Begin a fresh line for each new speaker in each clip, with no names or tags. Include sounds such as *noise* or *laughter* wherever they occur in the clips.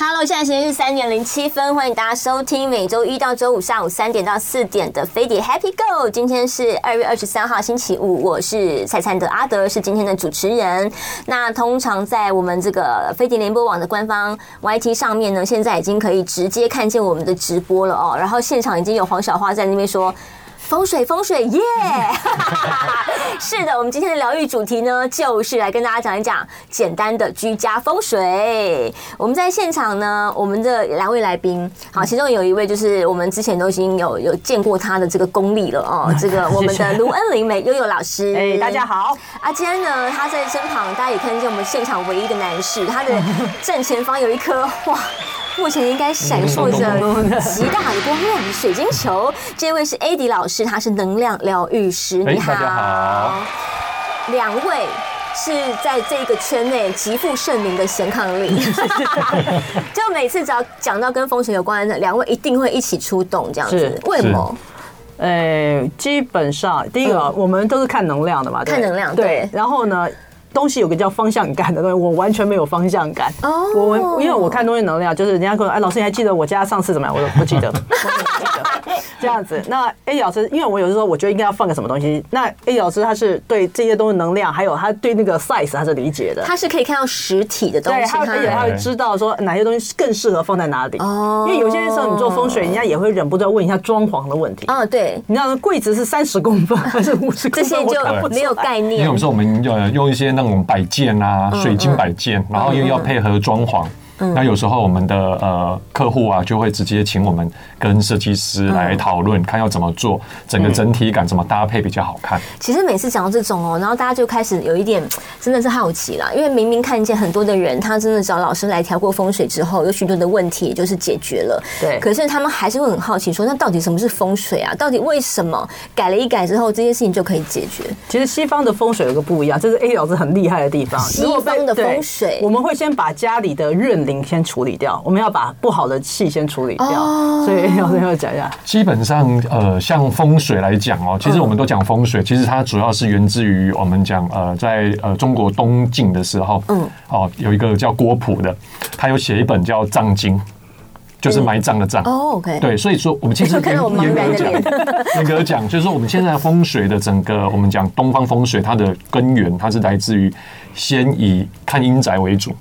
Hello，现在时间是三点零七分，欢迎大家收听每周一到周五下午三点到四点的飞碟 Happy Go。今天是二月二十三号星期五，我是蔡灿的阿德，是今天的主持人。那通常在我们这个飞碟联播网的官方 YT 上面呢，现在已经可以直接看见我们的直播了哦。然后现场已经有黄小花在那边说。风水，风水，耶、 *laughs* 是的，我们今天的疗愈主题呢，就是来跟大家讲一讲简单的居家风水。我们在现场呢，我们的两位来宾，好，其中有一位就是我们之前都已经有有见过他的这个功力了哦，这个我们的卢恩玲美悠悠老师，
哎，大家。好，
啊，今天呢，他在身旁，大家也看见我们现场唯一的男士，他的正前方有一颗哇。目前应该闪烁着极大的光亮的水晶球。这位是 AD 老师，他是能量疗愈师。
哎
你好，
大家好
两位是在这个圈内极负盛名的显抗 *laughs* 力，就每次只要讲到跟风水有关的，两位一定会一起出动这样子
是。
为什么？
哎，基本上第一个
嗯
我们都是看能量的嘛，对不对
看能量对
对。然后呢，东西有个叫方向感的东西，我完全没有方向感。
哦
我们因为我看东西能量，就是人家跟我哎，老师你还记得我家上次怎么样？我说不
*laughs*
记得，我也不记得。这样子，那 A 老师，因为我有时候我觉得应该要放个什么东西，那 A 老师他是对这些东西能量，还有他对那个 size 他是理解的。
他是可以看到实体的东
对，
西，
他而且他会知道说哪些东西更适合放在哪里。
哦
因为有些时候你做风水，人家也会忍不住要问一下装潢的问题。
嗯，对，
你知道柜子是三十公
*laughs*
分还是五十
这
公
些
分？我看
就
不出
没有概念。
因为有时候我们呃用一些那种摆件啊，水晶摆件，然后又要配合装潢。那有时候我们的呃客户啊，就会直接请我们跟设计师来讨论，看要怎么做，整个整体感怎么搭配比较好看。
其实每次讲到这种哦，然后大家就开始有一点真的是好奇啦，因为明明看见很多的人，他真的找老师来调过风水之后，有许多的问题也就是解决了。
对
可是他们还是会很好奇说，那到底什么是风水啊？到底为什么改了一改之后，这些事情就可以解决？
其实西方的风水有个不一样，这是 A 老师很厉害的地方。
西
如果被
方的
对
风水
我们会先把家里的怨灵先处理掉，我们要把不好的气先处理掉。
哦
所以 A 老师要
*laughs*
讲一下，
基本上，呃，像风水来讲哦，其实我们都讲风水，其实它主要是源自于我们讲呃，在呃中国东晋的时候，
嗯
嗯，哦，有一个叫郭璞的，他有写一本叫《葬经》，就是埋葬的葬。
哦，OK，，
对，所以说我们其实
看到哎我茫
严
然
格
的
讲
脸，
*laughs*
*laughs*
严格讲，就是说我们现在风水的整个，我们讲东方风水，它的根源它是来自于先以看阴宅为主。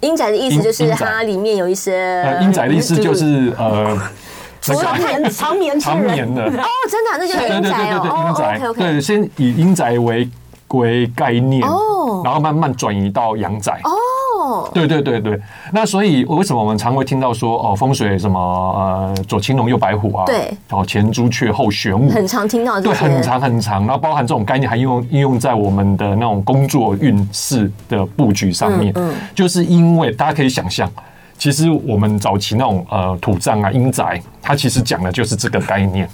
阴宅的意思就是
阴阴宅
它里面有一些
呃，阴宅的意
嗯
思就是
*laughs*
呃，那
长
*laughs* 个
眠长眠之
长
人。
眠的，
哦，真的啊、那就是
对
阴
对对
宅
对
哦，
对，
哦
阴宅，
，OK OK，
对，先以阴宅为为概念
哦，
然后慢慢转移到阳宅。
哦，
对对对对，那所以为什么我们常会听到说哦，风水什么呃，左青龙右白虎啊，
对，
哦，前朱雀后玄武，
很常听到啊这
对，
些，
很长很长，然后包含这种概念还应用应用在我们的那种工作运势的布局上面，
嗯嗯
就是因为大家可以想象，其实我们早期那种呃土葬啊、阴宅，它其实讲的就是这个概念，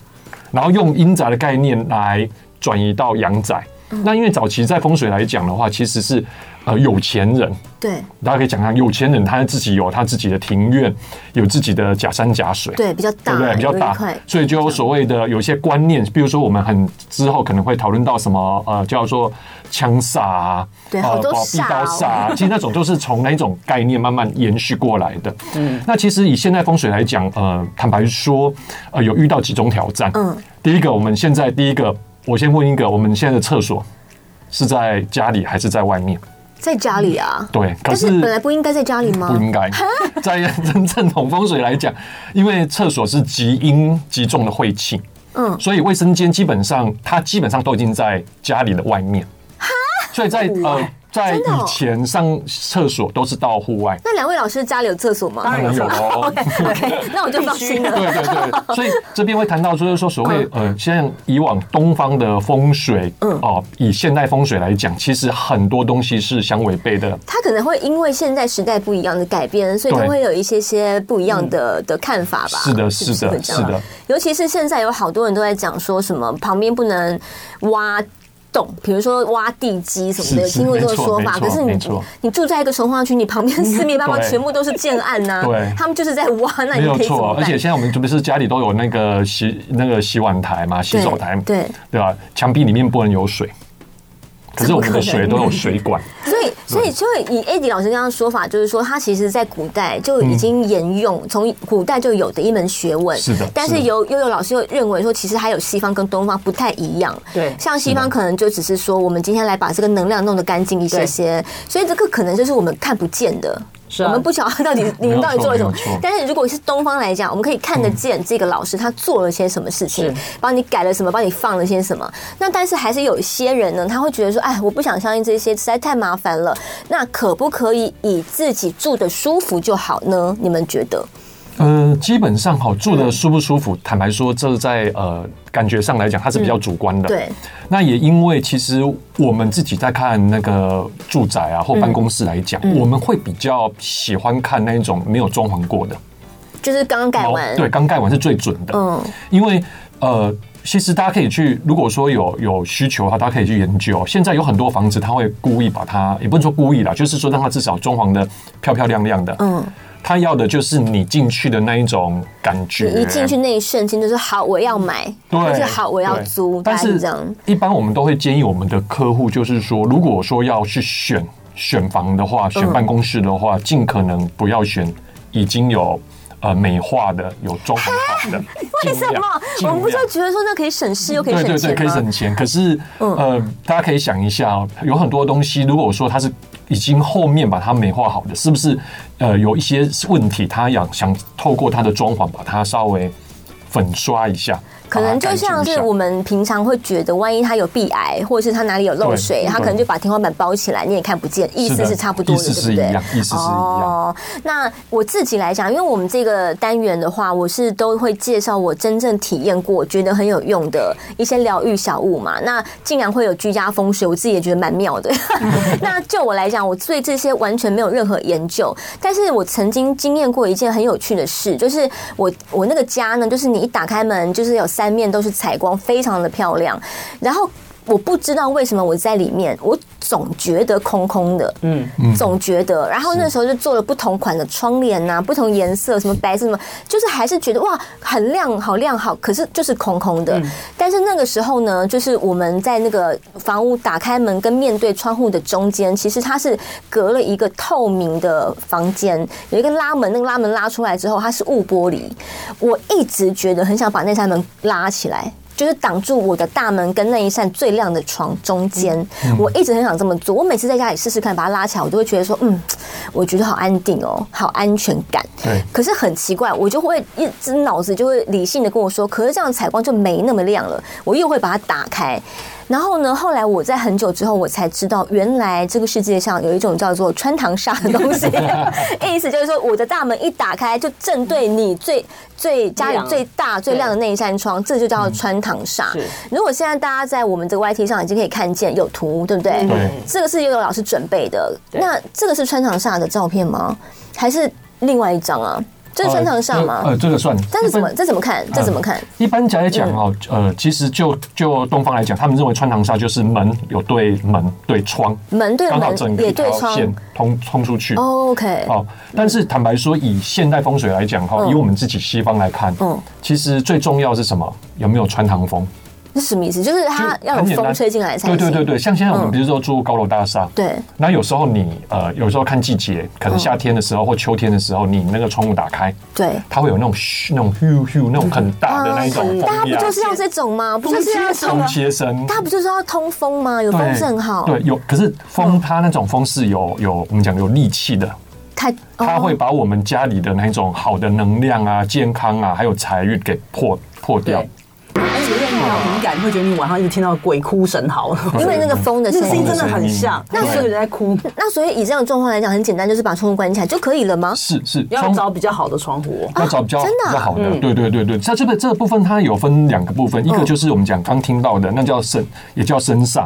然后用阴宅的概念来转移到阳宅。
嗯
那因为早期在风水来讲的话，其实是呃有钱人，
对
大家可以想象，有钱人他自己有他自己的庭院，有自己的假山假水，
对，比较
对
大，
不对？比较
有一
大
块，
所以就有所谓的有些观念，比如说我们很之后可能会讨论到什么呃叫做枪煞啊，
对
呃
好多
宝
煞哦
臂刀煞
*laughs*
啊，其实那种都是从那种概念慢慢延续过来的。嗯，那其实以现在风水来讲，呃，坦白说，呃，有遇到几种挑战。
嗯，
第一个，我们现在第一个，我先问一个，我们现在的厕所是在家里还是在外面？
在家里啊。
对，可
但
是
是本来不应该在家里吗
不？应该。 *laughs* 在真正统风水来讲，因为厕所是极阴极重的晦气，
嗯
嗯，所以卫生间基本上它基本上都已经在家里的外面，所以在呃在
真的哦
以前上厕所都是到户外，
那两位老师家里有厕所吗？
当
当然有哦。
OK，那我就放心了。
对对对，所以这边会谈到，就是说所谓呃，像以往东方的风水，
嗯
哦，以现代风水来讲，其实很多东西是相违背的。
他可能会因为现在时代不一样的改变，所以他
对嗯
会有一些些不一样的的看法吧。
是的
不
是的
会这样
是的。
尤其是现在有好多人都在讲说什么旁边不能挖。洞，比如说挖地基什么的，
是是
听过这个说法。
没错
可是你
没错
你住在一个从化区，你旁边四面八方
对
全部都是建案呐、
对
他们就是在挖，那
没
你
有
可以怎么
错，
办？
而且现在我们不是家里都有那个洗那个洗碗台嘛，洗手台，
对对
对吧？墙壁里面不能有水，可是我们的水都有水管，
所以以，所以，所以以 AD 老师刚刚说法，就是说，他其实在古代就已经沿用，从古代就有的一门学问。
是的
但
是
是
的
由悠悠老师又认为说，其实还有西方跟东方不太一样。
对
像西方
是的
可能就只是说，我们今天来把这个能量弄得干净一些
对
些，所以这个可能就是我们看不见的。
*laughs* 是啊
我们不晓得到底你
没
们
有
到底做了什么
错没有错。
但是如果是东方来讲，我们可以看得见这个老师他做了些什么事情
是，
帮你改了什么，帮你放了些什么。那但是还是有一些人呢，他会觉得说，哎，我不想相信这些，实在太麻烦了。那可不可以以自己住的舒服就好呢？你们觉得？
呃，基本上哈，住
嗯
的舒不舒服，坦白说，这在呃感觉上来讲，它是比较主观的。
对，
那也因为其实我们自己在看那个住宅啊
嗯
或办公室来讲，我们会比较喜欢看那一种没有装潢过的，
就是刚刚改完，
哦对，刚盖完是最准的。
嗯，
因为呃，其实大家可以去，如果说有有需求的话，大家可以去研究。现在有很多房子，他会故意把它，也不能说故意啦，就是说让它至少装潢的漂漂亮亮的。
嗯，
他要的就是你进去的那一种感觉。
你一进去那一瞬间就是好，我要买，
对，
或是好，我要
对
租，大
但
概
是
是这样。
一般我们都会建议我们的客户，就是说，如果说要去选选房的话，选办公室的话，尽可能不要选已经有。呃，美化的有装潢好的， *laughs*
为什
尽量
么？
尽
我们不
量
就觉得说那可以省事又可以
对
省
对
钱
对，
吗？
可以省钱。可是，
嗯
呃，大家可以想一下哦，有很多东西，如果说它是已经后面把它美化好的，是不是？呃，有一些问题，他想想透过它的装潢把它稍微粉刷一下，
可能就像是我
们
们平常会觉得，万一他有壁癌，或者是他哪里有漏水，
对
他可能就把天花板包起来，你也看不见，意思是差不多的，
意思
对
是
不
一
对
样？，意思是一样。
哦，那我自己来讲，因为我们这个单元的话，我是都会介绍我真正体验过、觉得很有用的一些疗愈小物嘛。那竟然会有居家风水，我自己也觉得蛮妙
*laughs*
的。那就我来讲，我对这些完全没有任何研究，但是我曾经经验过一件很有趣的事，就是我我那个家呢，就是你一打开门，就是有三面都是采光，非常的漂亮，然后。我不知道为什么我在里面，我总觉得空空的，嗯，总觉得。然后那时候就做了不同款的窗帘呐、不同颜色，什么白色什么，就是还是觉得哇，很亮，好亮好，可是就是空空的。但是那个时候呢，就是我们在那个房屋打开门跟面对窗户的中间，其实它是隔了一个透明的房间，有一个拉门，那个拉门拉出来之后，它是雾玻璃。我一直觉得很想把那扇门拉起来。就是挡住我的大门跟那一扇最亮的床中间。我一直很想这么做，我每次在家里试试看，把它拉起来，我就会觉得说，嗯，我觉得好安定哦，好安全感。
对
可是很奇怪，我就会一直脑子就会理性的跟我说，可是这样采光就没那么亮了，我又会把它打开。然后呢？后来我在很久之后，我才知道，原来这个世界上有一种叫做穿堂煞的
*laughs*
东西，意思就是说，我的大门一打开，就正对你最最家里
亮嗯
最大最亮的那一扇窗，这就叫做穿堂煞。
是
如果现在大家在我们这个 YT 上已经可以看见有图，对不对？
对
嗯这个是悠悠老师准备的。
对
那这个是穿堂煞的照片吗？还是另外一张啊？这是穿堂煞吗？
呃，这嗯个算。
但是怎么这嗯怎么看？这怎么看？
一般讲来讲哦，呃，其实就就东方来讲，他们认为穿堂煞就是门有对门对窗，
门对
刚好整
门
个
也
一
对
条
窗。
线通通出去。
哦 OK，
哦，但是坦白说，以现代风水来讲哈，
嗯
以我们自己西方来看
嗯，
其实最重要是什么？有没有穿堂风？
是什么意思？就是它
就
啊要有
很简单
风吹进来才
对
行。
对对对，像现在我们
嗯
比如说住高楼大厦，
对
那有时候你呃，有时候看季节，可能夏天的
嗯
时候或秋天的时候，你那个窗户打开，
对哦
它会有那种嘘那种呼呼那种很大的那一种风
嗯大家不
压
就，是要这种吗？不就是要
空切声。
大家不就是要通风吗？有风嗯正好，
对，有可是风，它那种风是有有我们讲有力气的，
太
它
哦
会把我们家里的那一种好的能量啊、健康啊，还有财运给破破掉
对。而且你很敏感，你会觉得你晚上一直听到鬼哭
*laughs*
神嚎，
因为那个风的
那
声
个声音
音
真。的很像，
那
那
是
时候人在哭，
那所以以这样的状况来讲，很简单，就是把窗户关起来就可以了吗？
是是，
要
窗
找比较好的窗户哦。
要找比较
啊真的啊
比较好的，对对对对。在这个这个部分，它有分两个部
嗯
分，一个就是我们讲刚听到的，那叫身，也叫身煞。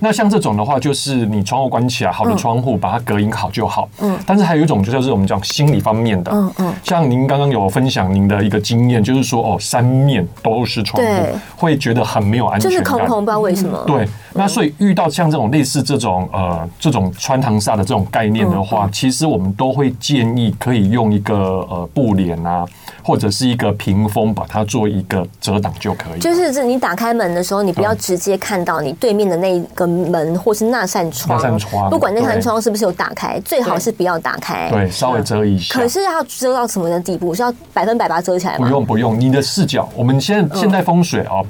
那像这种的话，就是你窗户关起来，好
嗯
的窗户把它隔音好就好。嗯。但是还有一种，就是我们讲心理方面的，
嗯嗯，
像您刚刚有分享您的一个经验，就是说哦，三面都是窗户
对，
会觉得很没有安
就
全
是
感。
空空，不知道为什么。
对，那所以遇到像这种类似这种呃这种穿堂煞的
嗯
这种概念的话，其实我们都会建议可以用一个呃布帘啊，或者是一个屏风，把它做一个遮挡就可以了。
就是这，你打开门的时候，你不要直接看到你对面的那一个门或是那扇窗，
那扇窗
不管那扇窗是不是有打开，最好是不要打开。
对，稍微遮一下。
可是要遮到什么的地步？是要百分百把它遮起来
不
吗？
用不用，你的视角，我们现
嗯
在现代风水啊、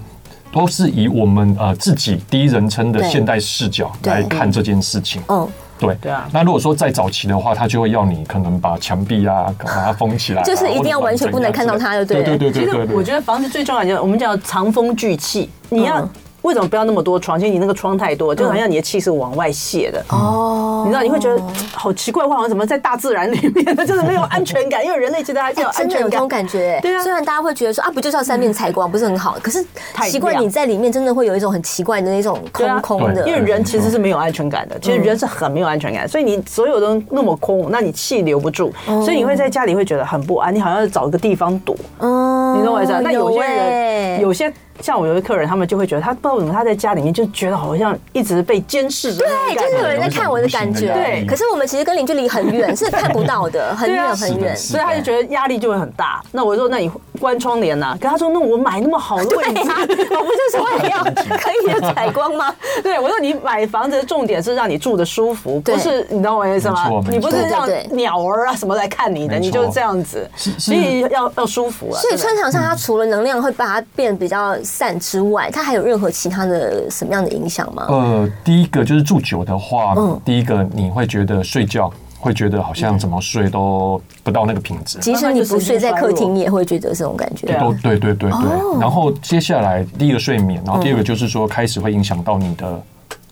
都是以我们呃自己第一人称的
对
现代视角
对
来看这件事情。
嗯，
对
对啊
那如果说再早期的话，他就会要你可能把墙壁啊 *laughs* 把它封起来啊，
就是一定要
或者把
完全不能看到它就
对
对了
对对
其
对
实
对对。
我觉得房子最重要的就是我们叫藏风聚气，你要
嗯
为什么不要那么多床？其实你那个窗太多，就好像你的气是往外泄的。
哦，
你知道你会觉得好奇怪，我好像怎么在大自然里面，就是没有安全感，因为人类其实还是有
哎真
安
的有
全
这种
感。
感觉、
对啊
虽然大家会觉得说啊，不就是要三面采光，不是很好，可是
太
奇怪，
亮
你在里面真的会有一种很奇怪的那种
对啊
空空的
因。
对
为人其实是没有安全感
嗯
的，其实人是很没有安全感，所以你所有东西那么空，那你气留不住，
哦
所以你会在家里会觉得很不安，你好像要找一个地方躲，
嗯
你懂我意思啊？那有些
欸
人，有些像我有些客人，他们就会觉得他不知道为什么他在家里面就觉得好像一直被监视着那种
对，
感觉，
就是有人在看我的感觉。
对
可是我们其实跟邻居离很远，是看不到的，很
对啊
远很远。
是
所
的
以他就觉得压力就会很大。那我说，那你关窗帘呐、可他说，那我买那么好的位
*laughs* 对
置
啊，，我不就是为了要可以有采光吗？
*laughs* 对，我说你买房子的重点是让你住的舒服，
对
不是你懂我意思
没错
吗
没？错
你不是让
对对对
鸟儿啊什么来看你的，
没错
你就是这样子，
是是
所以要要舒服
*laughs*
啊。
所以
对不对
穿场上，它除了能量会把它变比较散之外，它还有任何其他的什么样的影响吗？
哦
呃，第一个就是住久的话，
嗯
第一个你会觉得睡觉会觉得好像怎么睡都不到那个品质。
即使你不睡在客厅，你也会觉得这种感觉。
对啊
都对对对
哦
对，然后接下来第一个睡眠，然
嗯
后第二个就是说开始会影响到你的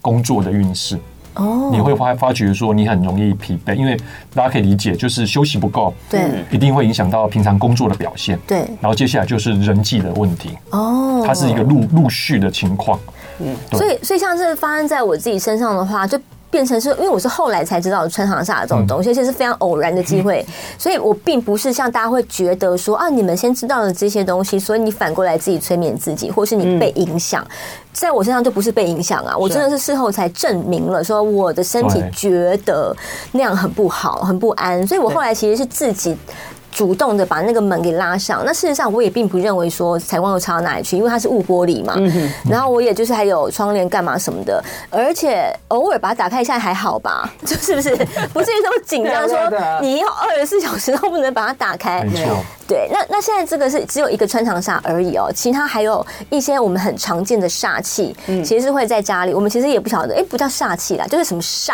工作的运势，
哦，
你会发发觉说你很容易疲惫，因为大家可以理解，就是休息不够，
嗯
对，
一定会影响到平常工作的表现，
对
然后接下来就是人际的问题，
哦，
它是一个陆陆续的情况，对
嗯所以，所以像这发生在我自己身上的话，就变成是因为我是后来才知道有穿堂煞这种
嗯
东西，而且是非常偶然的机会，所以我并不是像大家会觉得说啊，你们先知道了这些东西，所以你反过来自己催眠自己，或是
嗯
你被影响。在我身上就不是被影响啊，我真的是事后才证明了，说我的身体
对
觉得那样很不好，很不安，所以我后来其实是自己。主动的把那个门给拉上，那事实上我也并不认为说采光有差到哪里去，因为它是雾玻璃嘛。
嗯
然后我也就是还有窗帘干嘛什么的，而且偶尔把它打开一下还好吧， *laughs* 就是不是不至于那么紧张，
对
说
啊对啊
你要二十四小时都不能把它打开
没。错。
对，那那现在这个是只有一个穿堂煞而已哦，其他还有一些我们很常见的煞气，其实是会在家里，我们其实也不晓得，哎，不叫煞气啦，就是什么煞。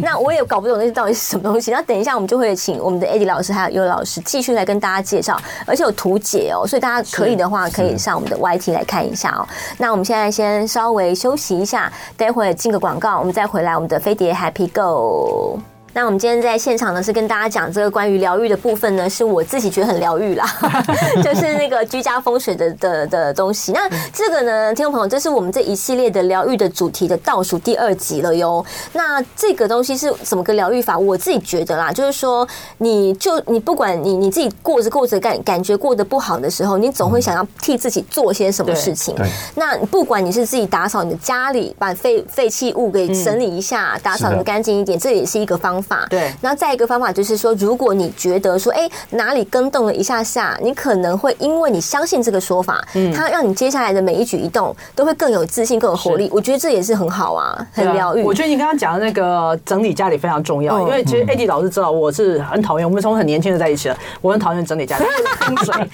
那我也搞不懂那到底是什么东西。那等一下我们就会请我们的 Eddie 老师还有尤老师继续来跟大家介绍，而且有图解哦，所以大家可以的话可以上我们的 YT 来看一下哦。那我们现在先稍微休息一下，待会儿进个广告，我们再回来我们的飞碟 Happy Go。那我们今天在现场呢，是跟大家讲这个关于疗愈的部分呢，是我自己觉得很疗愈啦， *laughs* 就是那个居家风水的的的东西。那
嗯
这个呢，听众朋友，这是我们这一系列的疗愈的主题的倒数第二集了哟。那这个东西是怎么个疗愈法？我自己觉得啦，就是说，你就你不管你你自己过着过着感感觉过得不好的时候，你总会想要替自己做些什么
对
事情
嗯对。
那不管你是自己打扫你的家里，把废废弃物给整理一下，打扫
嗯是
的
的
干净一点，这也是一个方法。
对
然后再一个方法就是说，如果你觉得说，哎，哪里更动了一下下，你可能会因为你相信这个说法，
嗯
它让你接下来的每一举一动都会更有自信、更有活力。我觉得这也是很好啊，很疗愈。
我觉得你刚刚讲的那个整理家里非常重要，
哦
嗯
因为其实 AD 老师知道我是很讨厌，我们从很年轻的在一起了，我很讨厌整理
*laughs*
家里，为了风水，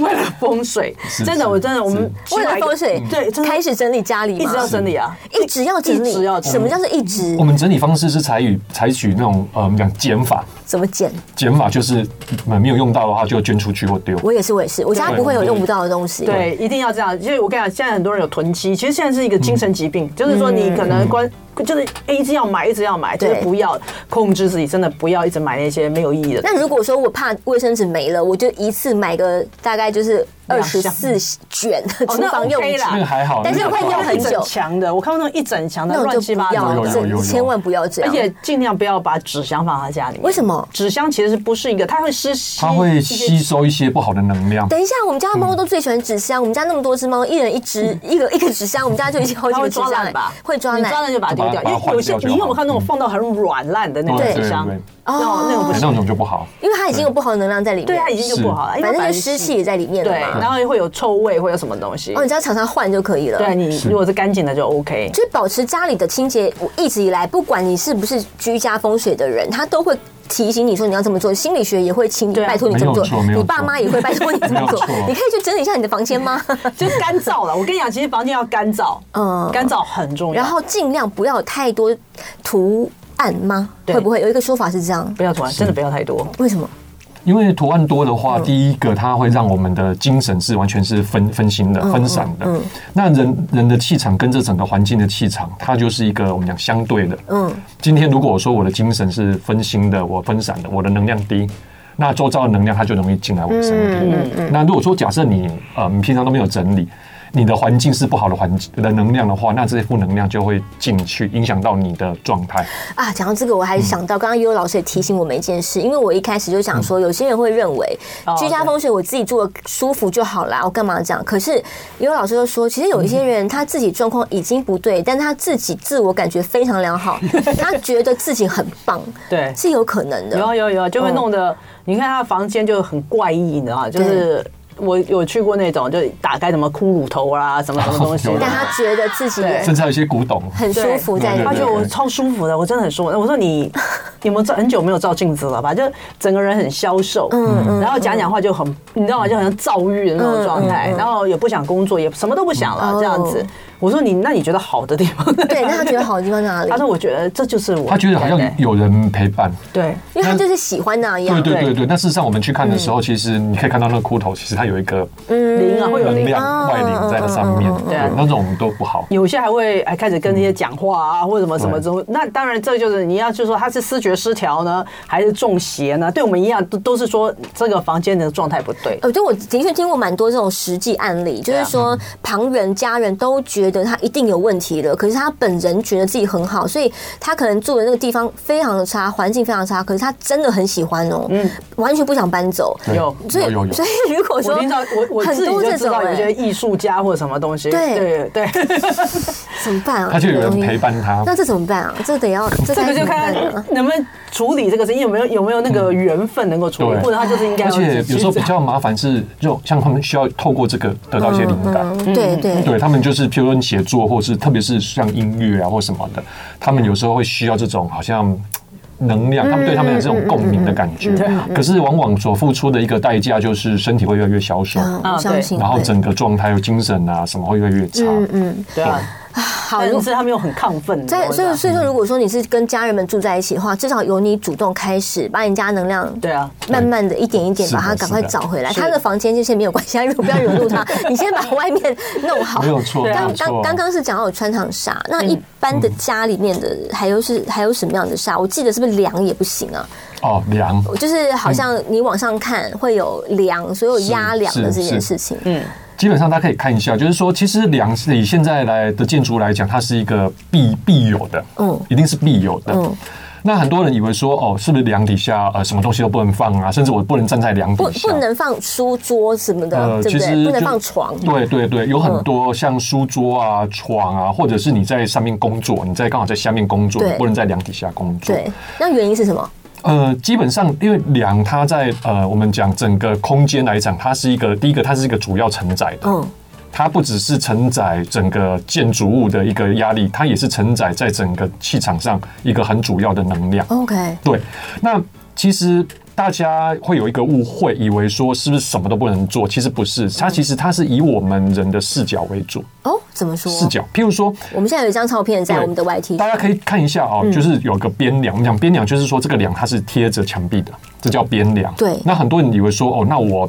为了风水，真的，
是
我真的，我们
为了风水，
对，真的
开始整理家里嘛，
一直要整理啊，
一直要整理，
一直要整理嗯
什么叫做一直
我？们整理方式是采取采取那种呃，我们讲减法，
怎么减？
减法就是呃没有用到的话就捐出去或丢。
我也是，我也是，我家不会有用不到的东西。
对，一定要这样。就是我跟你讲，现在很多人有囤积，其实现在是一个精神疾
嗯
病，就是说你可能关，就是哎一直要买，一直要买，就是
对
不要控制自己，真的不要一直买那些没有意义的。
那如果说我怕卫生纸没了，我就一次买个大概就是二
两
十
箱
四卷的
哦
厨
那
房用
OK
纸。
啦
那个还好，
但是
那个
会用
还好
很
一
久
整墙的，我看过那种一整墙的
那我
乱
就
七
不
八糟
要，
有有有
的，
这
有有
千万不要这
而
样。
且尽量不要把纸箱放在家里面。
为什么？哦，
纸箱其实不是一个，它会吸吸，
它会吸。收一些不好的能量。
等一下，我们家的猫都最喜欢纸箱，我们家那么多只猫，一人一只，一个一 *laughs* 个纸箱，我们家就已经好几
它
个
会
纸
抓
箱
烂
了
吧？
嗯会抓
你抓
烂。
烂就把它丢掉，
把它
因为有些
把它换掉就
你有没有
好
看那种放到很软烂的那种
对
纸箱
对对？
哦
那种不
哎
行，
那种就不好，
因为它已经有不好的能量在里面，
对它已经就不好了，因为
反
它
正
本来
就
就
湿
是
气也在里面
对，
了嘛。
然后会有臭味，会有什么东西
哦，？你只要常常换就可以了。
对，你如果是干净的就 OK。 *laughs*
所以保持家里的清洁，我一直以来，不管你是不是居家风水的人，他都会。提醒你说你要这么做，心理学也会请你
对啊
拜托你这么做
没有错没，有
你爸
错
妈也会拜托你这么
*laughs*
做
没有。错
你可以去整理一下你的房间吗？
就是干燥了。我跟你讲，其实房间要干燥，
嗯
嗯，干燥很重要。
然后尽量不要有太多图案吗？
对
会不会有一个说法是这样？
不要突然，真的不要太多。
为什么？
因为图案多的
嗯
话，第一个它会让我们的精神是完全是分分心
嗯
的、分散的。那人人的气场跟这整个环境的气场，它就是一个我们讲相对的。
嗯，
今天如果我说我的精神是分心的，我分散的，我的能量低，那周遭的能量它就容易进来我的身
嗯
体。那如果说假设你呃你平常都没有整理，你的环境是不好的环境的能量的话，那这些负能量就会进去，影响到你的状态。
啊，讲到这个，我
嗯
还想到刚刚悠悠老师也提醒我们一件事，因为我一开始就想说，有些人会认为
嗯哦
居家风水我自己住的舒服就好啦，我干嘛这样？可是悠悠老师就说，其实有一些人他自己状况已经不对，但他自己自我感觉非常良
*laughs*
好，他觉得自己很棒，
对
是有可能的。嗯
有啊有啊有啊，就会弄得你看他的房间就很怪异，你知道吗？就是我有去过那种，就打开什么骷髅头啊，什么什么东西
有，
但他觉得自己也
甚至还有一些古董，
哎很舒服在里
他
面
觉。得我超舒服的，我真的很舒服。我说 *laughs* 你，你有没有照很久没有照镜子了吧？就整个人很消瘦，嗯，嗯然后讲讲话就很，你知道吗？就好像躁郁的那种状态，然后也不想工作，也什么都不想了，这样子
哦。
我说你，那你觉得好的地方？ *laughs*
对，那他觉得好的地方在哪里
他？说我觉得这就是我，
他觉得好像
对
有人陪伴。
对。
因为他就是喜欢那样
对。对
对
对对，那事实上我们去看的时候，其实你可以看到那个骷头，其实它有一个
灵啊，会有
能
灵。
量
嗯
外灵在它上面，对
嗯嗯嗯，
那种都不好。
有些还会哎开始跟这些讲话啊，或者什么什么
嗯
之后，那当然这就是你要就说他是视觉失调呢，还是中邪呢？对我们一样，都都是说这个房间的状态不对。
呃，就我的确听过蛮多这种实际案例，
啊
就是说
嗯
旁人、家人都觉得他一定有问题了，可是他本人觉得自己很好，所以他可能住的那个地方非常的差，环境非常差，可是他真的很喜欢哦，完全不想搬走。
对
嗯有
所以
有有，有
所，以 *laughs* 如果
我
说
听到我我自
很
己
多
就
这
知
种
道有些
哎
艺术家或者什么东西，
对
对
*laughs*
对，
怎么办啊？
他就有
这个
人
东西
陪。伴他。
那这怎么办啊？这得要这
这
该
个
怎
就
么办
看
啊？
能不能处理这个事，有没有有没有那个缘分能够处理，
嗯对
或者他就是应该
而
要
且
自己
有时候
去
比
找
较麻烦是，就像他们需要透过这个得到一些灵感。
嗯
对对
对他们就是，譬如说写作，或是特别是像音乐啊或什么的，他们有时候会需要这种好像能量，他们对他们有这种共鸣的感觉。可是往往所付出的一个代价就是身体会越来越消瘦，
嗯，我
啊
相
对
信。
然后
对
整个状态、精神啊什么会越来越差。
嗯嗯，
对啊，
好，如
但
果
是他们又很亢奋，你知道
在
吗
所以所以说，如果说你是跟家人们住在一起的话，至少由你主动开始，把你家能量
对啊，
慢慢的一点一点把它
是的
赶快
是的
找回来。
是
他的房间就先没有关系，他如果不要惹
*laughs*
怒他，你先把外面弄好。
没有错没
刚
有
刚
错
刚刚是讲到有穿堂煞，那一般的家里面的还有
嗯
是还有什么样的煞？我记得是不是梁也不行啊？
哦，凉。
就是好像你往上看会有梁，所有压梁的这件事情。嗯，
基本上大家可以看一下，就是说，其实梁是以现在来的建筑来讲，它是一个必必有的，
嗯
嗯，一定是必有的。
嗯
那很多人以为说，哦，是不是梁底下呃什么东西都不能放啊，甚至我不能站在梁
不
底下，
不能放书桌什么的，
嗯啊呃，
对
其
不
实
对？不能
就
放床。
对对对，有很多像书桌啊、床啊，或者是你在上面工作，你在刚好在下面工作，
嗯对
你不能在梁底下工作。
对，那原因是什么？
呃，基本上因为梁它在呃我们讲整个空间来讲，它是一个第一个它是一个主要承载的，
嗯，
它不只是承载整个建筑物的一个压力，它也是承载在整个气场上一个很主要的能量。
OK，
对，那其实大家会有一个误会，以为说是不是什么都不能做？其实不是，它其实它是以我们人的视角为主，
哦，怎么说？
视角。譬如说，
我们现在有一张照片在
对
我们的 YT，
大家可以看一下哦，
嗯
就是有个边梁。我们讲边梁，就是说这个梁它是贴着墙壁的，这叫边梁。
对
那很多人以为说，哦，那我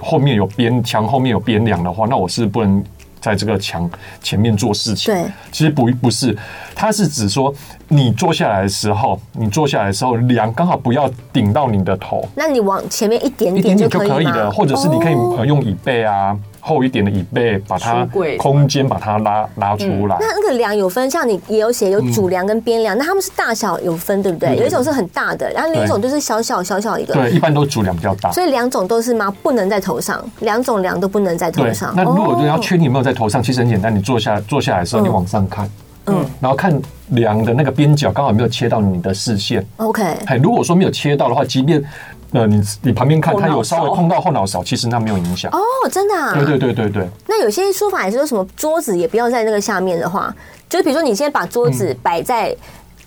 后面有边墙，后面有边梁的话，那我是不能在这个墙前面做事情。
对，
其实不不是，它是指说你坐下来的时候，你坐下来的时候，梁刚好不要顶到你的头，
那你往前面一点
一
点
点点
就
就
可以
可以了，
吗？
或者是你可以
哦
呃用椅背啊。厚一点的椅背，把它
书柜
空间把它拉拉出来。
那那个梁有分，像你也有写有主梁跟边梁，那他们是大小有分，对不对？
嗯
有一种是很大的，然后另一种就是小小小小一个。
对，一般都主梁比较大。
所以两种都是吗？不能在头上，两种梁都不能在头
对
上。，
那如果
哦
你要确定有没有在头上，其实很简单，你坐下坐下来的时候，你往上看，嗯，然后看梁的那个边角刚好有没有切到你的视线。
OK，
哎，如果说没有切到的话，即便呃你你旁边看
后
它有
脑
稍微
勺
碰到后脑勺，其实那没有影响。
哦，真的啊。
对对对对对，
那有些说法也是说什么桌子也不要在那个下面的话，就是比如说你先把桌子
嗯
摆在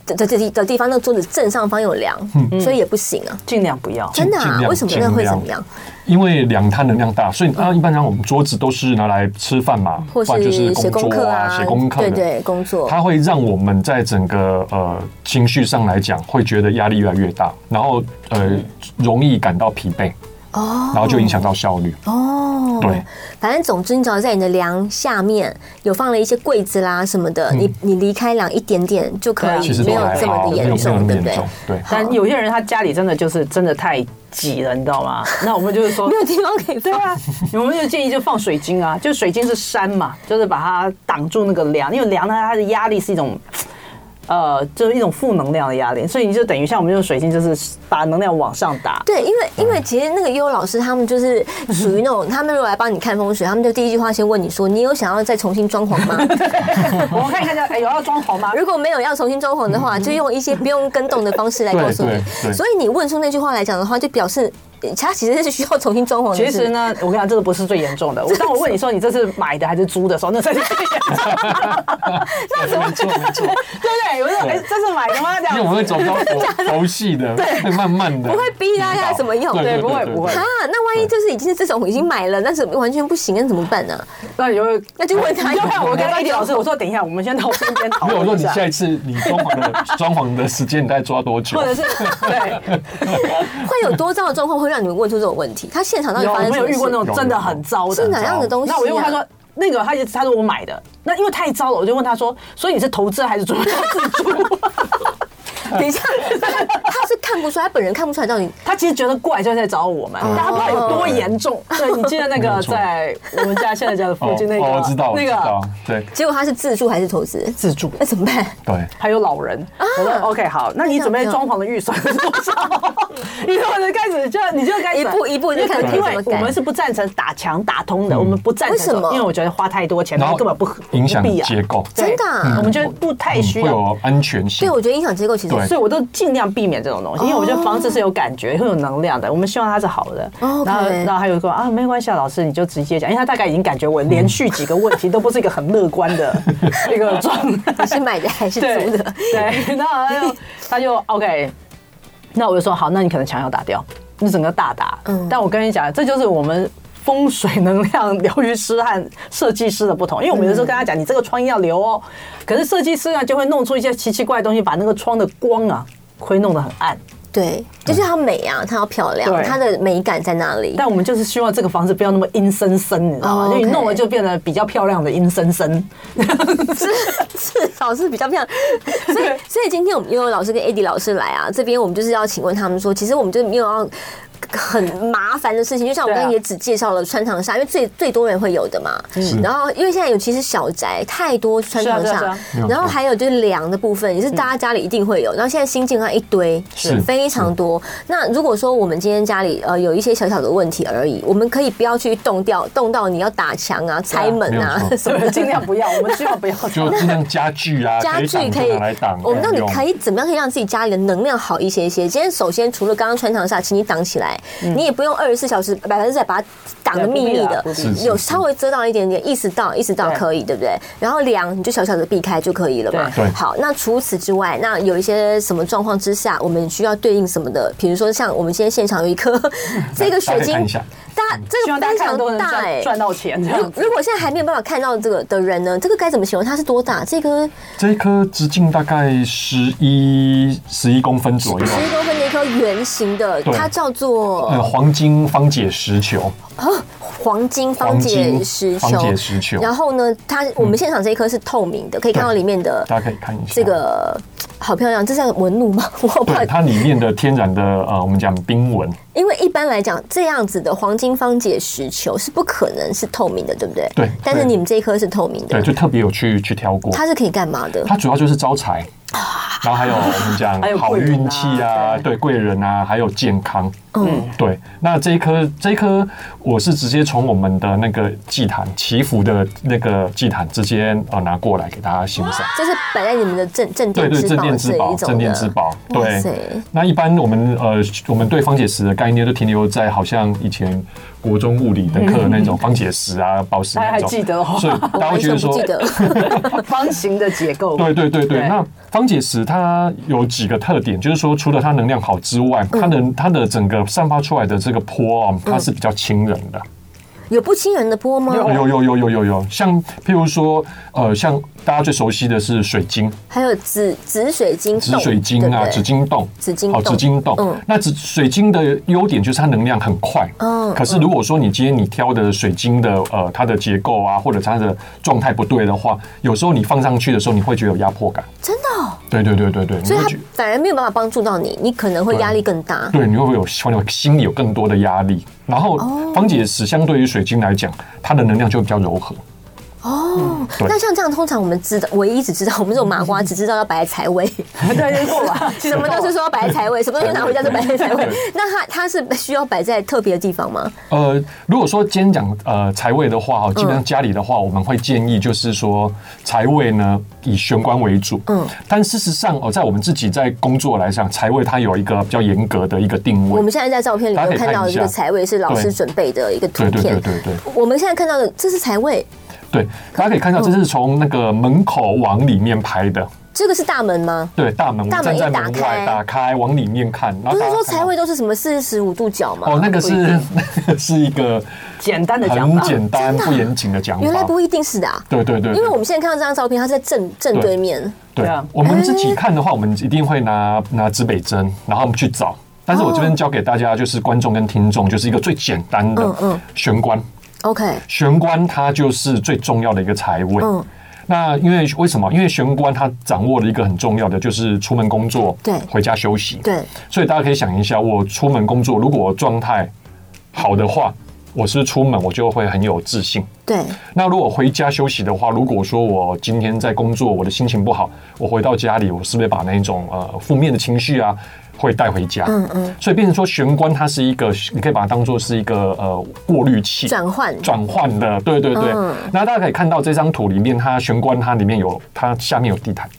的的的的地方，那个桌子正上方有梁，所以也不行啊。
尽量不要。
真的
嗯尽
啊？
量
为什么那会
尽
怎
量
么样？
因为梁它能量大，所以啊，一般上我们桌子都是拿来吃饭嘛，
或
不然就是
是写功
工
课
作啊、写功课
对
的。
对，工作。
它会让我们在整个呃情绪上来讲，会觉得压力越来越大，然后呃容易感到疲惫，
哦
然后就影响到效率。
哦，
对，
反正总之，你只要在你的梁下面有放了一些柜子啦什么的，你你离开梁一点点就可
对啊
以
嗯其实，
没
都
有
还
这
好，
么的
没有没
严
有那
重，
么
对不
严
对？
重。对，
但有些人他家里真的就是真的太挤了，你知道吗？那我们就是
*laughs*
说
没，有地方可以
对
放。
啊，我们就建议就放水晶啊，就水晶是山嘛，就是把它挡住那个梁，因为梁呢它的压力是一种。呃，就是一种负能量的压力，所以你就等于像我们用水晶，就是把能量往上打。
对，因为因为其实那个优老师他们就是属于那种，他们如果来帮你看风水，他们就第一句话先问你说，你有想要再重新装潢
*laughs*
吗？
*laughs* 我们看一看叫，哎，有要装潢吗？
如果没有要重新装潢的话，就用一些不用跟动的方式来告诉
嗯对对
你。
对
所以你问出那句话来讲的话，就表示呃它其实是需要重新装潢的。
*laughs*
是
其
不
实
是
呢，我跟你讲，这个不是最严重的。我当我问你说你这是买的还是租的时候，那才是最严重的， *laughs*
那怎么做？
对不对？我说，哎，这是买的吗？这
因
样
为我们会
子
走到佛佛系
*laughs*
的，会慢慢的，
不会逼大家有什么用
对
对不会不会
哈，那万一就是已经是这种已经买了，但是完全不行，那怎么办呢、
那 *laughs* 你就会，
那就问他
哎你就看我跟艾
艾
迪
迪
老师，我说等一下，我们先到中间讨
没有，我说
论一
你
下，
下一次你装潢的装潢的时间，你大概抓多久
或？者是对，
会有多糟的状况会让你们问出这种问题？他现场到底
有
发
我
生什
们
么
有遇过那
事？
种真的很糟的，
是哪样的东西、啊？
那我就问
*laughs*
他说。那个，他就他说我买的，那因为太糟了，我就问他说，所以你是投资还是准备要自住？呃
等一下，他他是看不出来，他本人看不出来到底。
*laughs* 他其实觉得怪，就在找我们，
哦
但他不知道有多严重。对你记得那
没
个
有错
在我们家现在家的附
哦
近那
哦，我知
个
道，我
那
知
个
道，对
结果他是自住还是投资？
自住
那怎么办？
对。
还有老人。我
啊
说 OK 好，那你准备装潢的预算是多少？ *laughs* 你我就开始就你就开始
一步一步就看
因为
怎么改
我们是不赞成打墙打通的，我们不赞成
为什么
因为我觉得花太多钱，
嗯然
然
后
后根本不合
啊
影响
不必要
结构
对
真的啊
我们觉得不太
嗯
需
会
要。
有安全性
对，。我觉得影响结构其实
对
所以我都尽量避免这种东
哦
西，因为我觉得房子是有感觉、会有能量的，我们希望它是好的。
哦
然后，
OK
然后还有一个啊，没关系，啊，老师你就直接讲，因为他大概已经感觉我连续几个问题都不是一个很乐观的一个状态
你。是买的还是
对
租的？
*laughs* 对，那他
*laughs*
就他就 OK，那我就说好，那你可能墙要打掉，你整个大打。
嗯
但我跟你讲，这就是我们。风水能量疗愈师和设计师的不同，因为我们有时
嗯
候跟他讲，你这个窗要留哦，可是设计师呢就会弄出一些奇奇怪的东西，把那个窗的光啊会弄得很暗。
对，就是它美啊，它要漂亮，
对
它的美感在哪里？
但我们就是希望这个房子不要那么阴森森，你知道吗
哦？
因为你弄
OK
了就变得比较漂亮的阴森森。
至至少是比较
*laughs*
漂亮。所以所以今天我们悠悠老师跟 AD 老师来啊，这边我们就是要请问他们说，其实我们就是没有要。 *laughs* 很麻烦的事情，就像我刚
对
刚
啊
也只介绍了穿堂煞，因为最最多人会有的嘛。
嗯
然后，因为现在尤其是小宅，太多穿堂
是啊是
煞
啊，
是啊
然后还有就是梁的部分，也是大家家里一定会有。然后现在新进来一堆，
嗯是
非常多。那如果说我们今天家里呃有一些小小的问题而已，我们可以不要去动掉，动到你要打墙啊、拆门啊
没有错
什么
对
的，
尽量不要，我们希望不要。
就尽量家
*laughs*
具啊，
家具
挡
可
就
以
拿来挡。哎
我们到底可
以
以怎么样可以让自己家里的能量好一些一些？今天首先除了刚刚穿堂煞，请你挡起来，
嗯
你也不用二十四小时百分之百把它挡得密密
对
的
不必啦不必
是，是
有稍微遮到一点点，意识到意识到
对
可以，对不对？然后梁你就小小的避开就可以了嘛。
对对
好，那除此之外，那有一些什么状况之下，我们需要对应什么的？比如说像我们今天现场有一颗 *laughs* 这个水晶
看一，下，
大
希
这个
望大
非
家看
常
了都能
大哎、
赚赚到钱这
如
样
*laughs*
子。
如果现在还没有办法看到这个的人呢，这个该怎么形容？它是多大？这个
这一颗直径大概十一十一公分左右，
十一公分的一颗颗圆形的，
对
它叫做
呃，黄金方解石球，
黄金方解石球。
黄金方解石球
然后呢，它我们现场这一颗是透明的，可以看到里面的
大家可以看一下
这。个好漂亮，这是纹路吗？ *laughs* 我好怕
对，它里面的天然的呃，我们讲冰纹，
因为一般来讲，这样子的黄金方解石球是不可能是透明的，对不对？
对
但是你们这一颗是透明
对，
的，
就特别有去去挑过。
它是可以干嘛的？
它主要就是招财，然后还有我们讲
还有
好
贵人啊
运气啊，
对
对贵人啊，还有健康。
嗯，
对，那这一颗这一颗，我是直接从我们的那个祭坛祈福的那个祭坛直接呃拿过来给大家欣赏。
就是摆在你们的镇镇
对
店
对，
之
镇
宝
店之
这一
宝，
种
镇店之
的。
宝。
哇
对
塞，
那一般我们呃，我们对方解石的概念都停留在好像以前国中物理的课那种方解石啊、宝石
大家
那
还
种，
记得哦
所以大家会觉得
我
说
完，全不记得，
方形的结构，
对对对对，
对
那方解石它有几个特点，就是说除了它能量好之外，
嗯
它能它的整个散发出来的这个波啊，它是比较亲人的。
有不亲人的波吗？
有有有有有有，像譬如说，呃，像大家最熟悉的是水晶、
还有紫紫水晶洞，
紫水晶
对不
啊、
对
紫晶洞、
紫晶
好
洞
紫晶洞。
嗯
那紫水晶的优点就是它能量很快。
嗯
可是如果说你今天你挑的水晶的呃它的结构啊，或者它的状态不对的话，有时候你放上去的时候，你会觉得有压迫感。
真的哦、
对对对对对，你
所以
会
它
觉
反而没有办法帮助到你，你可能会压力更大。
对，你会不会有会有心里有更多的压力？然后
哦
方解石相对于水晶来讲，它的能量就比较柔和。
哦，
对
那像这样，通常我们知道，唯一只知道我们这种麻瓜只知道要摆在财
*laughs*
位，
对，就够
啊
了，
*laughs* 什么都是说要摆在财位，什么东西拿回家就摆在财位。 *laughs* 那它它是需要摆在特别的地方吗？
呃，如果说今天讲呃财位的话，哦，基
嗯
本上家里的话，我们会建议就是说财位呢以玄关为主，
嗯
嗯，但事实上哦，在我们自己在工作来上，财位它有一个比较严格的一个定
我
位，
们现在在照片里
大
面有
家可以
看到的
看一
这
下
个财位是老师
对
准备的一个图
对对
片
对。对对
我们现在看到的这是财位，
对，大家可
嗯
以看到这是从那个门口往里面拍的，
这个是大门吗？
对，大门我
大门
站
一
在
打
门
开
外打开往里面看，然
不
后
是
啊大家
说
看
财
到
位都是什么四十五度角吗？
哦，那个
不一
是
定
*laughs* 那个是一个
简单的讲
很
法，
简单不严谨的讲
啊原来
法，
不一定是的、啊，
对对
*laughs*
对，
因
对
为我们现在看到这张照片，它是在正正对面。
对
对啊，
我们自己看的话，我们一定会拿拿指北针，然后我们去找。但是我这边教给大家，就是观众跟听众，就是一个最简单
哦嗯
的
嗯
玄关。
OK，
玄关它就是最重要的一个财位。
嗯
那因为为什么？因为玄关它掌握了一个很重要的，就是出门工作，
对
回家休息，。
对，
所以大家可以想一下，我出门工作，如果我状态好的话，我是不是出门我就会很有自信。
对，
那如果回家休息的话，如果说我今天在工作，我的心情不好，我回到家里，我是不是把那一种呃负面的情绪啊，会带回家？
嗯嗯，
所以变成说玄关它是一个，你可以把它当做是一个呃过滤器。
转换
转换的，对对对。
嗯
那大家可以看到这张图里面，它玄关它里面有，它下面有地毯，